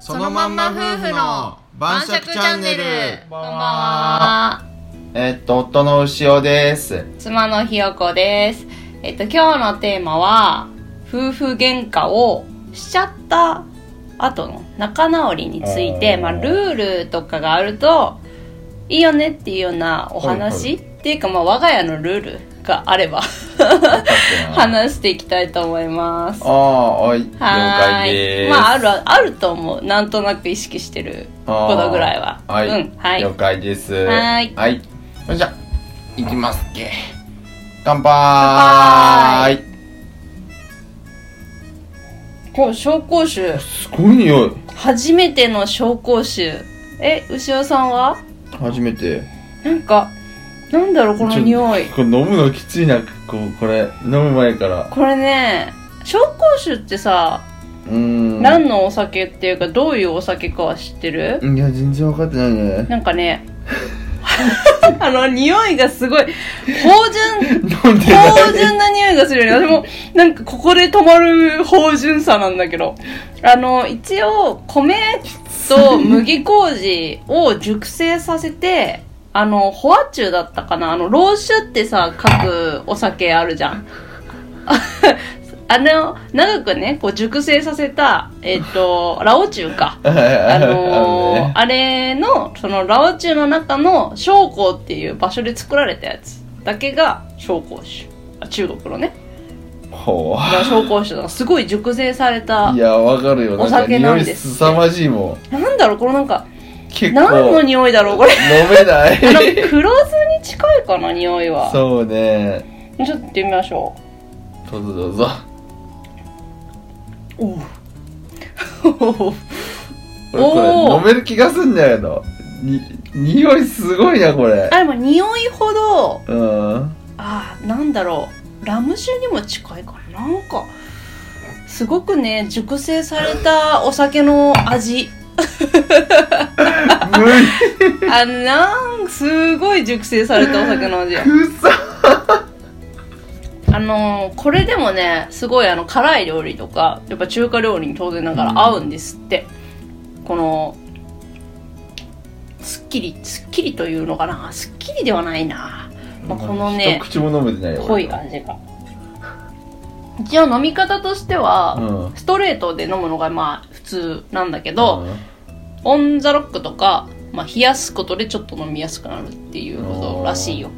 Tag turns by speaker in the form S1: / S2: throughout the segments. S1: そのまんま夫婦の晩酌チャンネル
S2: こんばんは
S1: えっと夫の牛尾です
S2: 妻のひよこですえっと今日のテーマは夫婦喧嘩をしちゃった後の仲直りについて
S1: あー
S2: まあ、ルールとかがあるといいよねっていうようなお話、っていうか、まあ、我が家のルールがあれば 話していきたいと思います
S1: ああはい了
S2: は
S1: 解
S2: ー
S1: で
S2: い
S1: す
S2: まああるあると思うなんとなく意識してる
S1: あ
S2: こ
S1: ー
S2: とぐらいは
S1: はい、
S2: うんはい
S1: 了解です
S2: はい
S1: はいそれじゃいきますっけ乾杯
S2: 今日紹興酒
S1: すごい匂い
S2: 初めての紹興酒え牛尾さんは
S1: 初めて
S2: なんかなんだろうこの匂い
S1: ちょこれ飲むのきついなこうこれ飲む前から
S2: これね紹興酒ってさ、
S1: うーん
S2: 何のお酒っていうかどういうお酒かは知ってる、
S1: いや全然分かってない ね
S2: なんかねあの匂いがすごい芳醇
S1: 飲んで
S2: 芳
S1: ない
S2: 醇な匂いがするよね私もなんかここで止まる芳醇さなんだけどあの一応米と麦麹を熟成させてあのホワチュだったかなあのローシュってさ各お酒あるじゃん あの長くねこう熟成させたえっ、とラオチュかあ
S1: あ
S2: のー
S1: ね
S2: あれの、その、ラオチュの中の、将校っていう場所で作られたやつだけが、将校酒。あ中国のね。
S1: ほう
S2: だから将校酒とか、すごい熟成された
S1: い。や、わかるよ。
S2: お酒なんです
S1: す。さまじいもん。
S2: なんだろう、このなんか、
S1: 結構。
S2: 何の匂いだろう、 これ。
S1: 飲めな
S2: あの、
S1: い。
S2: 黒酢に近いかな、匂いは。
S1: そうね。
S2: ちょっと行ってみましょ
S1: どうぞどうぞ。
S2: う。おう。おう
S1: これ、これ
S2: おー
S1: 飲める気がすんだよな。に、匂いすごいな、これ。
S2: あ、でも匂いほど、
S1: うん。
S2: あーなんだろうラム酒にも近いかななんかすごくね熟成されたお酒の味
S1: 無理。
S2: あなんすごい熟成されたお酒の 味
S1: くさ。
S2: あのーこれでもねすごいあの辛い料理とかやっぱ中華料理に当然ながら合うんですって、このすっきりすっきりというのかなすっきりではないな、ま あ、このね
S1: 一口も飲めてないよ。
S2: 濃い味が一応飲み方としては、
S1: うん。
S2: ストレートで飲むのがまあ普通なんだけど、オンザロックとか、まあ、冷やすことでちょっと飲みやすくなるっていうことらしいよ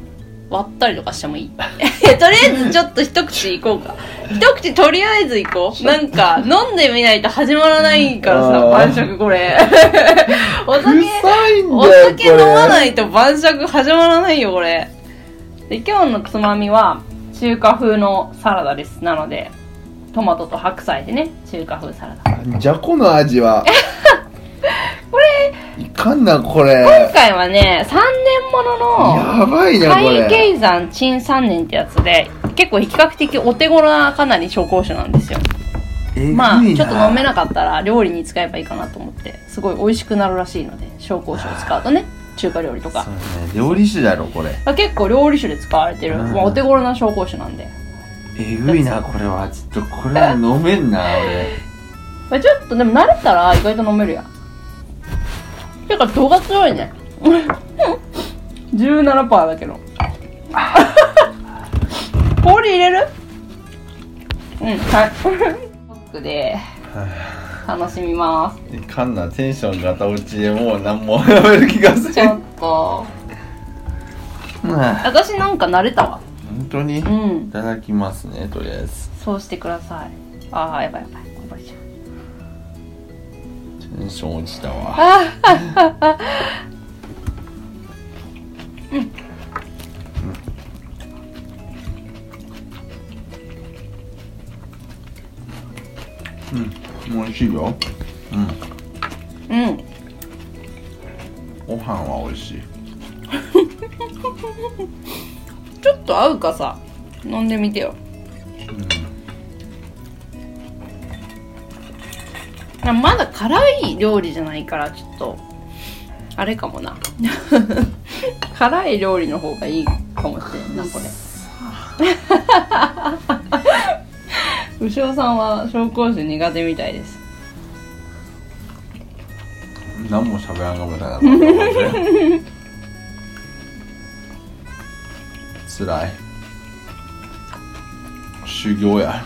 S2: 割ったりとかしてもいい とりあえずちょっと一口いこうか一口とりあえずい こうなんか飲んでみないと始まらないからさ
S1: あ
S2: 晩
S1: ー
S2: 酌こ れお
S1: うん。
S2: 酒
S1: 臭いんだよ。
S2: お酒飲ま
S1: い。
S2: ないと晩酌始まらないよこれで今日のつまみは中華風のサラダですなのでトマトと白菜でね中華風サラダ
S1: じゃこの味は。
S2: これ
S1: いかんな、こ
S2: 今
S1: れ。
S2: 回はね3年
S1: や
S2: ものの
S1: ばいね、こ
S2: 海
S1: れ。
S2: 計山陳3年ってやつで結構比較的お手頃なかなり紹興酒なんですよまあちょっと飲め
S1: い。
S2: なかったら料理に使えばいいかなと思ってすごい美味しくなるらしいので紹興酒を使うとね中華料理とか
S1: そうね、料理酒だろ、これ。
S2: まあ結構料理酒で使われてる、
S1: うん
S2: まあ、お手頃な紹興酒なんで、
S1: えぐいなこれはちょっとこれは飲めんな俺
S2: まあ、ちょっとでも慣れたら意外と飲めるやてか度が強いね17%だけど 氷入れるうんはいパックで楽しみま
S1: かんなテンションガタ落ちでもう何もやめる気がす
S2: す
S1: る
S2: ちょっと
S1: 本
S2: 私なんか慣れたわ
S1: 当にい
S2: うん
S1: ただきますねとりあえず
S2: そうしてくださいああやばいやばいこぼれちゃう
S1: テンション落ちたわ
S2: ああ
S1: 美味しいようん
S2: うん
S1: ご飯は美味しい
S2: ちょっと合うかさ飲んでみてよ、あまだ辛い料理じゃないからちょっとあれかもな辛い料理の方がいいかもしれんなこれ牛尾さんは紹興酒苦手みたいです
S1: 何も喋らんがみたいな感じでつらい修行や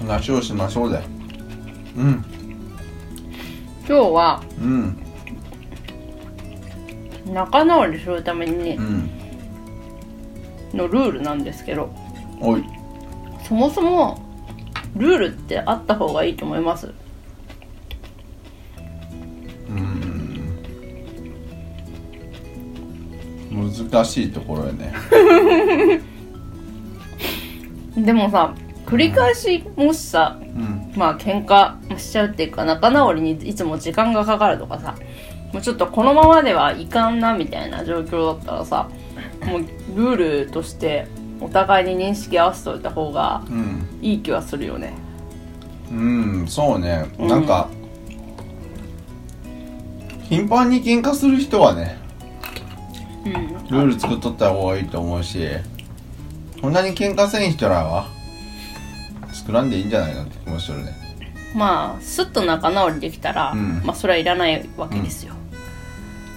S1: うん話をしましょうでうん
S2: 今日は
S1: うん
S2: 仲直りするために
S1: うん
S2: のルールなんですけど
S1: おい
S2: そもそもルールってあった方がいいと思います
S1: 難しいところやね
S2: でもさ繰り返しもしさ
S1: うん
S2: まあ喧嘩しちゃうっていうか仲直りにいつも時間がかかるとかさもうちょっとこのままではいかんなみたいな状況だったらさもうルールとしてお互いに認識合わせておいた方が
S1: うん
S2: いい気はするよね
S1: うんそうね
S2: うん
S1: なんか、頻繁に喧嘩する人はね
S2: うん
S1: ルール作っとった方がいいと思うしこんなに喧嘩せん人らは作らんでいいんじゃないのって気もするね
S2: まあすっと仲直りできたら、
S1: うん
S2: まあそれはいらないわけですよ、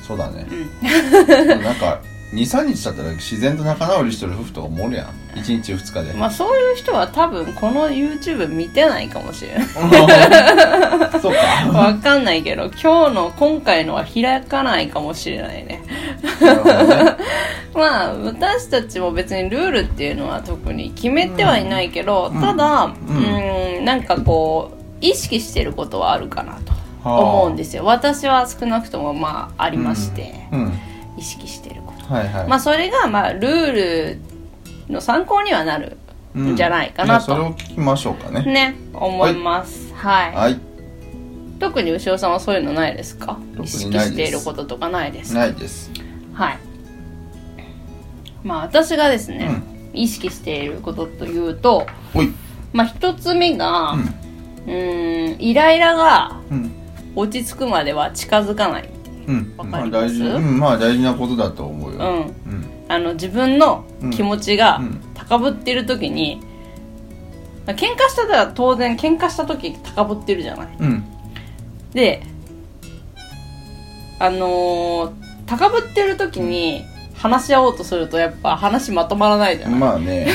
S1: そうだね
S2: うん、
S1: なんか23日経ったら自然と仲直りしてる夫婦とかもおるやん1日2日で
S2: まあそういう人は多分この YouTube 見てないかもしれない
S1: そうか
S2: わかんないけど今日の今回のは開かないかもしれないね
S1: なるほどね
S2: まあ私たちも別にルールっていうのは特に決めてはいないけど、
S1: うん
S2: ただうん
S1: うん
S2: ーんなんかこう意識してることはあるかなと
S1: はあ
S2: 思うんですよ私は少なくともまあありまして、
S1: うん
S2: 意識してること
S1: はいはい
S2: まあそれがまあルールの参考にはなる
S1: うん
S2: じゃないかなと
S1: じゃあそれを聞きましょうかね
S2: ね思いますはい、
S1: はい
S2: 特に牛尾さんはそういうのないですか
S1: 特
S2: 意
S1: に
S2: 識
S1: ないです
S2: していることとかないです
S1: ないです
S2: はいまあ私がですね、
S1: う
S2: 意識していることというと
S1: おい
S2: まあ一つ目が
S1: う
S2: うんーんイライラが
S1: うん
S2: 落ち着くまでは近づかない、
S1: うん
S2: わ
S1: ま
S2: か
S1: あ
S2: ります
S1: 大事うんまあ大事なことだと思う
S2: う
S1: よ
S2: ん、
S1: うん
S2: あの自分の気持ちが
S1: うんうん
S2: 高ぶってる時に喧嘩したら当然喧嘩した時高ぶってるじゃない
S1: うん
S2: であのー高ぶってる時に話し合おうとするとやっぱ話まとまらないじゃない、
S1: まあね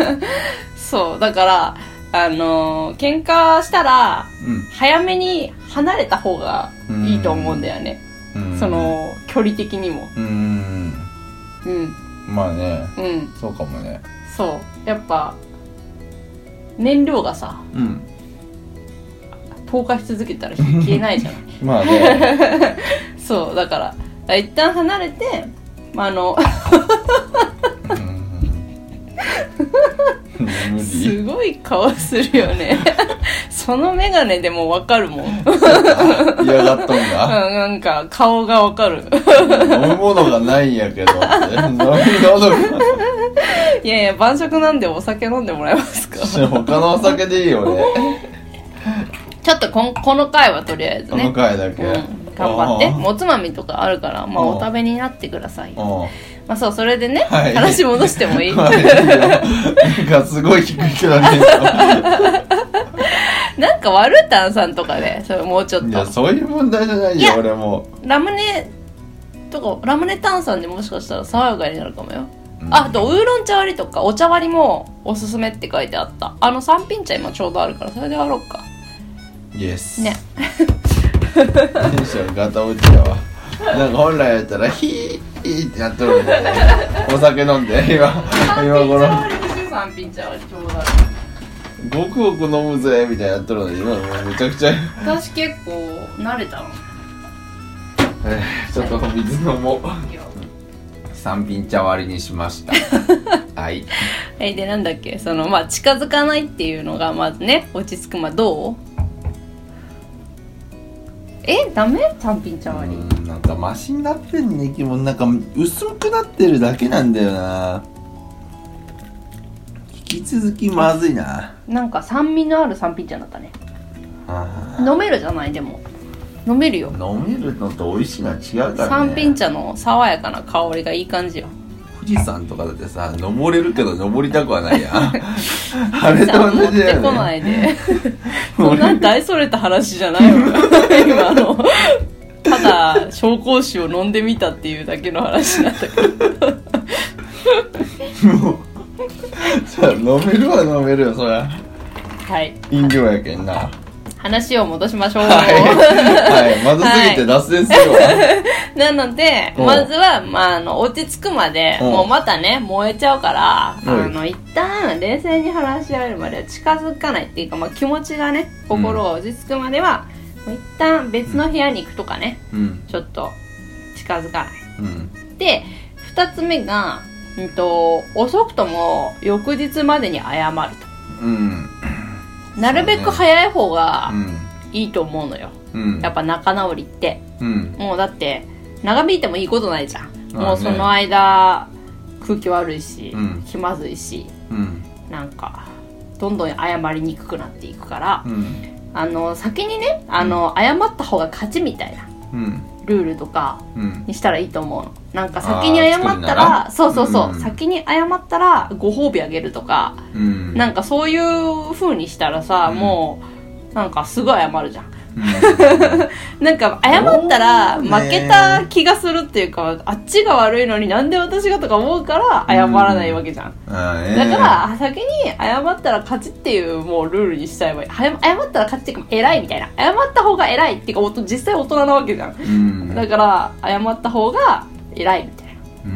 S2: そうだからあのー喧嘩したら
S1: うん
S2: 早めに離れた方がいいと思うんだよね、
S1: うん
S2: その距離的にも
S1: うん
S2: うん
S1: まあね
S2: うん
S1: そうかもね
S2: そうやっぱ燃料がさ
S1: うん
S2: 投下し続け たら消えないじゃない
S1: まあ ね
S2: そうだから一旦離れて、まあ、あの
S1: うん無理
S2: すごい顔するよ ねその眼鏡でもわかるもん、うん、
S1: 嫌がっとんが
S2: なんか顔がわかる
S1: 飲み物がないんやけ どって飲み物が
S2: いやいや晩酌なんでお酒飲んでもらえますか
S1: 他のお酒でいいよね
S2: ちょっとこんこの回はとりあえず
S1: こ
S2: ね
S1: の回だけ、
S2: うん、頑張っておつまみとかあるから、まあ、
S1: うん
S2: お食べになってくださいよ
S1: お
S2: まあそうそれでね、
S1: はい
S2: 話戻してもい い
S1: なんかすごい低いけどね
S2: なんかワルタンさんとかでそれもうちょっ
S1: いや
S2: と
S1: そういう問題じゃない
S2: い
S1: よ
S2: や
S1: 俺も
S2: ラムネとかラムネ炭酸でもしかしたら爽やかになるかもよ、
S1: うん
S2: ああとウーロン茶割りとかお茶割りもおすすめって書いてあったあの三品茶今ちょうどあるからそれで割ろうか
S1: イエス
S2: ね
S1: テンションガタ落ちたわなんか本来やったらヒーヒーってなっとるんでお酒飲んで今
S2: 三
S1: 今
S2: 品茶
S1: 頃
S2: 割りにし三品茶割りちょうどある
S1: ごくごく飲むぜみたいになっとるので今もうめちゃくちゃ、 え
S2: 私結構慣れたの
S1: ーちょっとお水飲もう三品茶割りにしました はい
S2: えでなんだっけそのまあ近づかないっていうのがまずね落ち着くまあどうえダメ三品茶割り、
S1: うんなんかマシになってんね気もなんか薄くなってるだけなんだよな引き続きまずいな
S2: なんか酸味のある三品茶だったね
S1: あ
S2: 飲めるじゃないでも飲めるよ
S1: ー飲めるのと美味しいのは違うからね
S2: 三品茶の爽やかな香りがいい感じよ
S1: 富士山とかだってさ登れるけど登りたくはない やんあれ
S2: じゃあ
S1: と
S2: 持
S1: 同
S2: っ
S1: じだ
S2: てこ
S1: よ
S2: な
S1: ね
S2: い でそんな大それた話じゃないよ今のただ紹興酒を飲んでみたっていうだけの話なんだけど
S1: もうさ飲めるは飲めるよそりゃ
S2: はい
S1: 飲料やけんなはい
S2: 話を戻しましょう、
S1: はいまずすぎて脱線するわ、
S2: なので
S1: うん
S2: まずは、まあ、あの落ち着くまで
S1: うん
S2: もうまたね燃えちゃうから
S1: うん
S2: あの一旦冷静に話し合えるまでは近づかないっていうか、まあ、気持ちがね心が落ち着くまでは、もう一旦別の部屋に行くとかね
S1: うん
S2: ちょっと近づかない
S1: うん
S2: で2つ目が、うん、と遅くとも翌日までに謝る
S1: うん
S2: となるべく早い方がいいと思うのよ、
S1: うん
S2: やっぱ仲直りって
S1: うん
S2: もうだって長引いてもいいことないじゃん
S1: まあね
S2: もうその間空気悪いし、
S1: うん
S2: 気まずいし
S1: うん
S2: なんかどんどん謝りにくくなっていくから
S1: う、ん
S2: あの先にねあの、謝った方が勝ちみたいな
S1: うん
S2: ルールとか
S1: うん
S2: にしたらいいと思うのなんか
S1: あー
S2: 先に謝っ
S1: 作るな
S2: たらそ
S1: ら
S2: うそうそう、
S1: うん
S2: 先に謝ったらご褒美あげるとか、
S1: うん
S2: なんかそういう風にしたらさ、
S1: うん
S2: もうなんかすごい謝るじゃん
S1: うん
S2: なんか謝ったら
S1: そう
S2: 負
S1: ね
S2: けた気がするっていうかあっちが悪いのになんで私がとか思うから謝らないわけじゃん、
S1: あーええ
S2: だから先に謝ったら勝ちっていうもうルールにしちゃえばいいはや謝ったら勝ちっていうか偉いみたいな謝った方が偉いっていうかおと実際大人なわけじゃん
S1: うん
S2: だから謝った方が偉いみたいな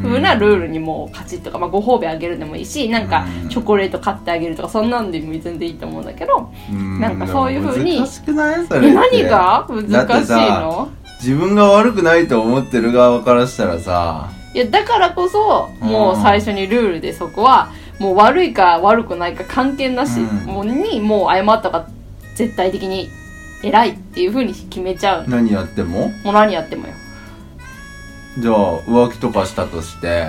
S2: ふうなルールにもう勝ちとか、まあ、ご褒美あげるでもいいしなんか
S1: うん
S2: チョコレート買ってあげるとかそんなんでも全然いいと思うんだけど
S1: うん
S2: なんかそういう風に
S1: 難しくないそれっ
S2: え
S1: て
S2: 何が難
S1: だって
S2: しい
S1: さ
S2: の
S1: 自分が悪くないと思ってる側からしたらさ
S2: いやだからこそ
S1: うん
S2: もう最初にルールでそこはもう悪いか悪くないか関係なし、
S1: うん
S2: もうにもう謝ったが絶対的に偉いっていうふうに決めちゃうの
S1: 何やっても
S2: もう何やってもよ、
S1: じゃあ浮気とかしたとして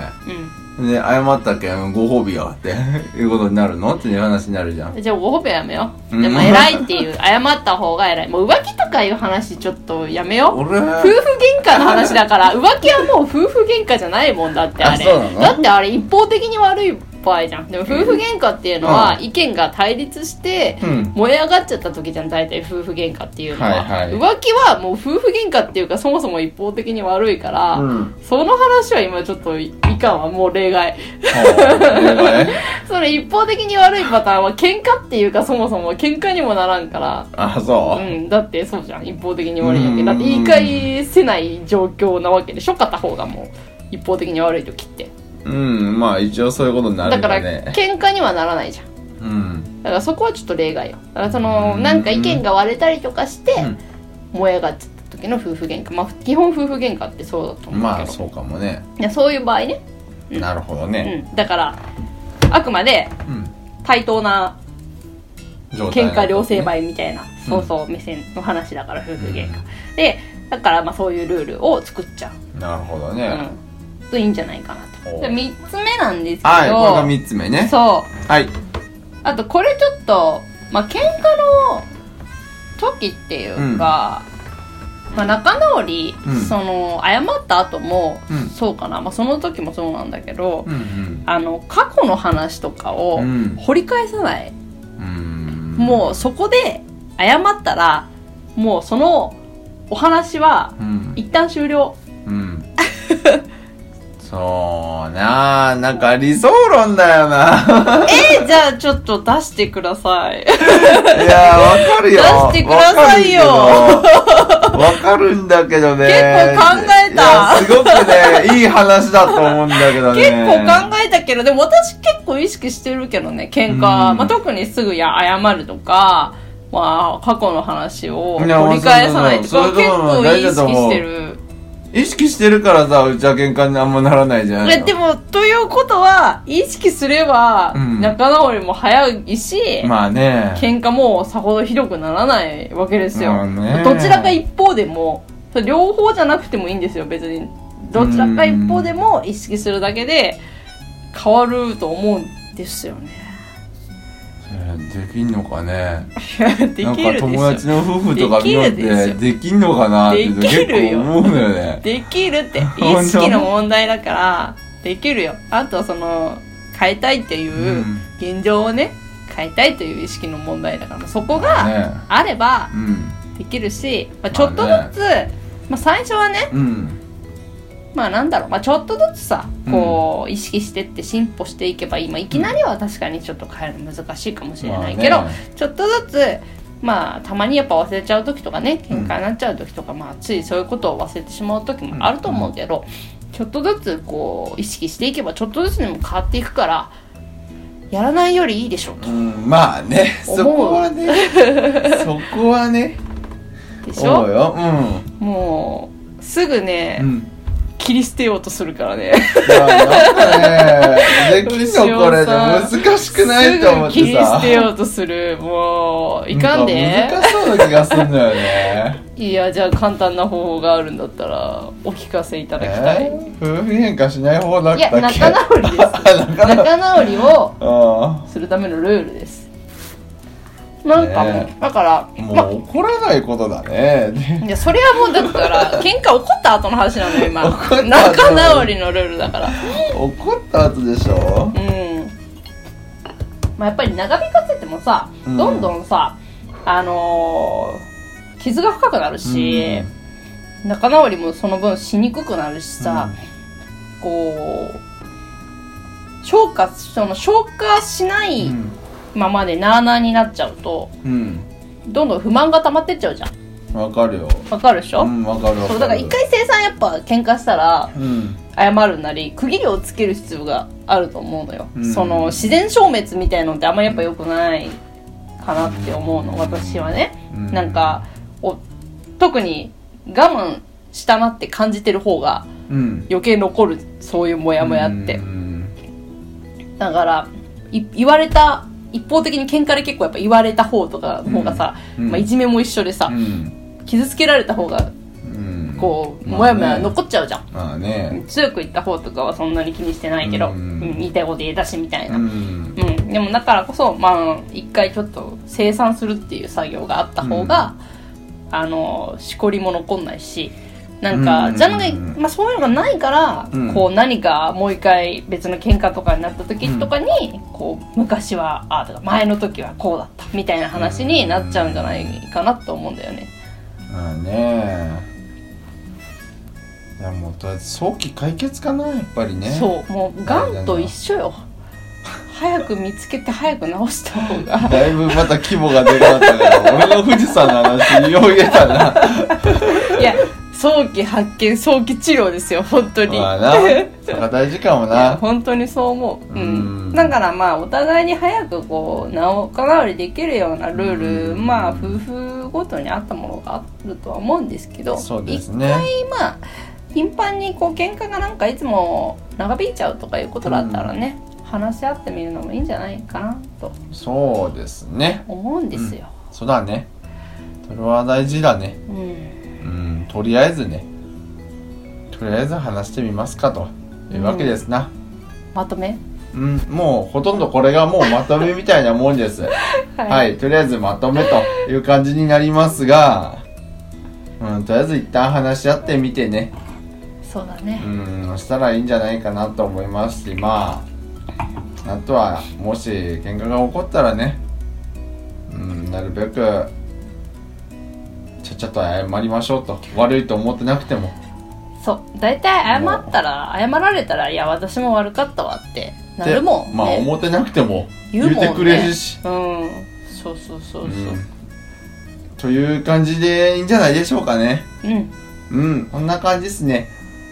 S2: う
S1: で謝ったけんご褒美があって いうことになるのっていう話になるじゃん
S2: ん、じゃあご褒美はやめよう
S1: うん
S2: でも偉いっていう 謝った方が偉いもう浮気とかいう話ちょっとやめよう
S1: 俺
S2: 夫婦喧嘩の話 だから浮気はもう夫婦喧嘩じゃないもんだってあれ
S1: あそうなの
S2: だってあれ一方的に悪い場合じゃんでも夫婦喧嘩っていうのは
S1: う
S2: 意見が対立して
S1: うん
S2: 燃え上がっちゃった時じゃん大体夫婦喧嘩っていうのは、
S1: はいは
S2: 浮気はもう夫婦喧嘩っていうかそもそも一方的に悪いから、
S1: うん
S2: その話は今ちょっといかんわもう例外
S1: は
S2: それ一方的に悪いパターンは喧嘩っていうかそもそも喧嘩にもならんから
S1: あそう、
S2: うん、だってそうじゃん一方的に悪いだ
S1: う
S2: け
S1: ん
S2: だって言い返せない状況なわけでしょ勝った方がもう一方的に悪い時って
S1: うん、まあ一応そういうことになる
S2: だ
S1: ん
S2: か
S1: だ
S2: ら
S1: ね。
S2: 喧嘩にはならないじゃん
S1: うん。
S2: だからそこはちょっと例外よだからその
S1: うん
S2: なんか意見が割れたりとかして
S1: ん
S2: 燃え上がっちゃった時の夫婦喧嘩まあ基本夫婦喧嘩ってそうだと思うけど、
S1: まあ
S2: そ
S1: そうかもね。
S2: いやそういう場合ね、うん
S1: なるほどね。
S2: うん、だからあくまで
S1: うん。
S2: 対等な
S1: 状態
S2: 喧
S1: の
S2: 嘩両成敗みたいな、そうそう目線の話だから夫婦喧嘩、でだからまあそういうルールを作っちゃう
S1: なるほどね。
S2: うん、といいんじゃないかな
S1: お
S2: とで3つ目なんですけど、
S1: はい、これが三つ目ね。
S2: そう
S1: はい。
S2: あとこれちょっとまあ喧嘩の時っていうか、まあ、仲直り、
S1: うん
S2: その謝った後も、
S1: うん
S2: そうかな、まあ、その時もそうなんだけど、
S1: うん
S2: あの過去の話とかを
S1: うん
S2: 掘り返さない、
S1: うん。うん。
S2: もうそこで謝ったらもうそのお話は
S1: うん。
S2: 一旦 終了
S1: うん。そうなあ、なんか理想論だよな。
S2: えーじゃあちょっと出してください
S1: いやー、わかるよ。
S2: 出してくださいよ
S1: わかるけど。わかるんだけどね。
S2: 結構考えた
S1: いやすごくね、いい話だと思うんだけどね。
S2: 結構考えたけどでも私結構意識してるけどね喧嘩、
S1: うん
S2: まあ、特にすぐや謝るとか、まあ、過去の話を掘
S1: いや
S2: り返さないと
S1: そうそ
S2: か
S1: うそう
S2: 結構意識
S1: そういうとこも
S2: してる
S1: 意識してるからさうちは喧嘩にあんまならないじゃん
S2: えでもということは意識すれば
S1: うん
S2: 仲直りも早いし、
S1: まあね
S2: 喧嘩もさほどひどくならないわけですよ、
S1: まあね
S2: どちらか一方でもそれ両方じゃなくてもいいんですよ別にどちらか一方でも意識するだけで変わると思うんですよね
S1: えーできんのかね
S2: いや でき
S1: なん
S2: る
S1: か
S2: でし
S1: 友達
S2: ょ
S1: の夫婦とか見よっ
S2: できるでし
S1: て
S2: ょ
S1: できんのかなって
S2: でき
S1: 結
S2: るよ
S1: 構思うのよね
S2: できるって
S1: 当
S2: 意識の問題だからできるよあとはその変えたいっていううん現状をね変えたいという意識の問題だからそこ
S1: まあ
S2: が
S1: ね
S2: あれば
S1: うん
S2: できるし、まあ、
S1: ね
S2: ちょっとずつ、まあ、最初はね
S1: うん
S2: まあなんだろう、まあ、ちょっとずつさこう意識してって進歩していけばいい、まあ、いきなりは確かにちょっと変えるの難しいかもしれないけど、
S1: まあね
S2: ちょっとずつまあたまにやっぱ忘れちゃう時とかね喧嘩になっちゃう時とか、まあついそういうことを忘れてしまう時もあると思うけど、ちょっとずつこう意識していけばちょっとずつでも変わっていくからやらないよりいいでしょうと
S1: うんまあね
S2: 思う
S1: そこはねそこはね
S2: でし
S1: 思う
S2: ょ
S1: よ
S2: もうすぐね、
S1: うんうん
S2: 切り捨てようとするからね
S1: いやなんかねできん
S2: 牛
S1: のこれ
S2: 尾
S1: で
S2: さん
S1: 難しくないと思っ
S2: すぐ切
S1: て
S2: り捨
S1: さ
S2: てようとするもういかんで
S1: なんか難しそうな気がするんだよね
S2: いやじゃあ簡単な方法があるんだったらお聞かせいただきたい、
S1: えー夫婦喧嘩しない方だっ
S2: い
S1: たっ
S2: や
S1: け
S2: 仲直りです
S1: 仲直り
S2: 仲直りを
S1: あ
S2: するためのルールですなんかもう、
S1: ね
S2: だから
S1: あ
S2: ま
S1: もう怒らないことだね
S2: いやそれはもうだ から喧嘩起こった後の話なのよ今
S1: 怒った後
S2: 仲直りのルールだから
S1: 怒った後でしょ
S2: うんまあやっぱり長引かせてもさ、
S1: うん
S2: どんどんさあのー傷が深くなるし、仲直りもその分しにくくなるしさ、こう消化その消化しない
S1: うん
S2: ままでなあなあになっちゃうと
S1: うん
S2: どんどん不満が溜まってっちゃうじゃん
S1: わかるよ
S2: わかるでしょ、
S1: うんわかるわか
S2: そ
S1: る
S2: うだから一回生産やっぱ喧嘩したら
S1: うん
S2: 謝るなり区切りをつける必要があると思うのよ、
S1: うん
S2: その自然消滅みたいのってあんまりやっぱ良くないかなって思うの私はね、
S1: うん
S2: なんかお特に我慢したなって感じてる方が
S1: うん
S2: 余計残るそういうモヤモヤって、
S1: うん
S2: だからい言われた一方的に喧嘩で結構やっぱ言われた方とかの方がさ、
S1: うん
S2: まあ、いじめも一緒でさ
S1: う、ん
S2: 傷つけられた方が
S1: うん
S2: こう
S1: まあね
S2: モヤモヤ残っちゃうじゃん、
S1: まあね
S2: 強く言った方とかはそんなに気にしてないけど、
S1: う
S2: うんん言いたいこと言えたしみたいうな、うん
S1: ん
S2: でもだからこそまあ一回ちょっと清算するっていう作業があった方が、あのしこりも残んないしなんか、
S1: うん
S2: じゃなくて、まあ、そういうのがないから、
S1: うん
S2: こう何かもう一回別の喧嘩とかになった時とかに、こう昔はああとか前の時はこうだったみたいな話になっちゃうんじゃないかなと思うんだよね。
S1: まあねいやもうとりあえず早期解決かなやっぱりね
S2: そうもうがんと一緒よ早く見つけて早く治した方が
S1: だいぶまた規模がでかかったから俺の富士山の話広げたな
S2: いや早期発見早期治療ですよ本当に、
S1: まあ なそれが大事かも
S2: いや
S1: な
S2: 本当にそう思う、う
S1: うん
S2: ん、だからまあお互いに早くこう仲直りできるようなルール、
S1: うん
S2: まあ夫婦ごとに合ったものがあるとは思うんですけど
S1: そうです
S2: 一
S1: ね
S2: 回まあ頻繁にこう喧嘩がなんかいつも長引いちゃうとかいうことだったらね、話し合ってみるのもいいんじゃないかなと
S1: そうですね
S2: 思うんですよ、
S1: そうだねそれは大事だね
S2: うん
S1: うんとりあえずねとりあえず話してみますかというわけですな、
S2: まとめ
S1: うんもうほとんどこれがもうまとめみたいなもんですはい、とりあえずまとめという感じになりますが、うん、とりあえず一旦話し合ってみてね
S2: そうだ
S1: う
S2: ね
S1: んしたらいいんじゃないかなと思いますしまああとはもし喧嘩が起こったらねうんなるべくちゃっちゃと謝りましょうと悪いと思ってなくても
S2: そう大体謝ったら謝られたらいや私も悪かったわってなるもん、ね、
S1: まあ思ってなくても
S2: 言
S1: 言
S2: うもんね
S1: ってくれるし、、
S2: うんそうそうそうそううん
S1: という感じでいいんじゃないでしょうかね
S2: うん、
S1: うんこんな感じですね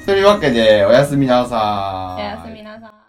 S1: というわけでおやすみなさ
S2: お
S1: ーい
S2: やすみなさい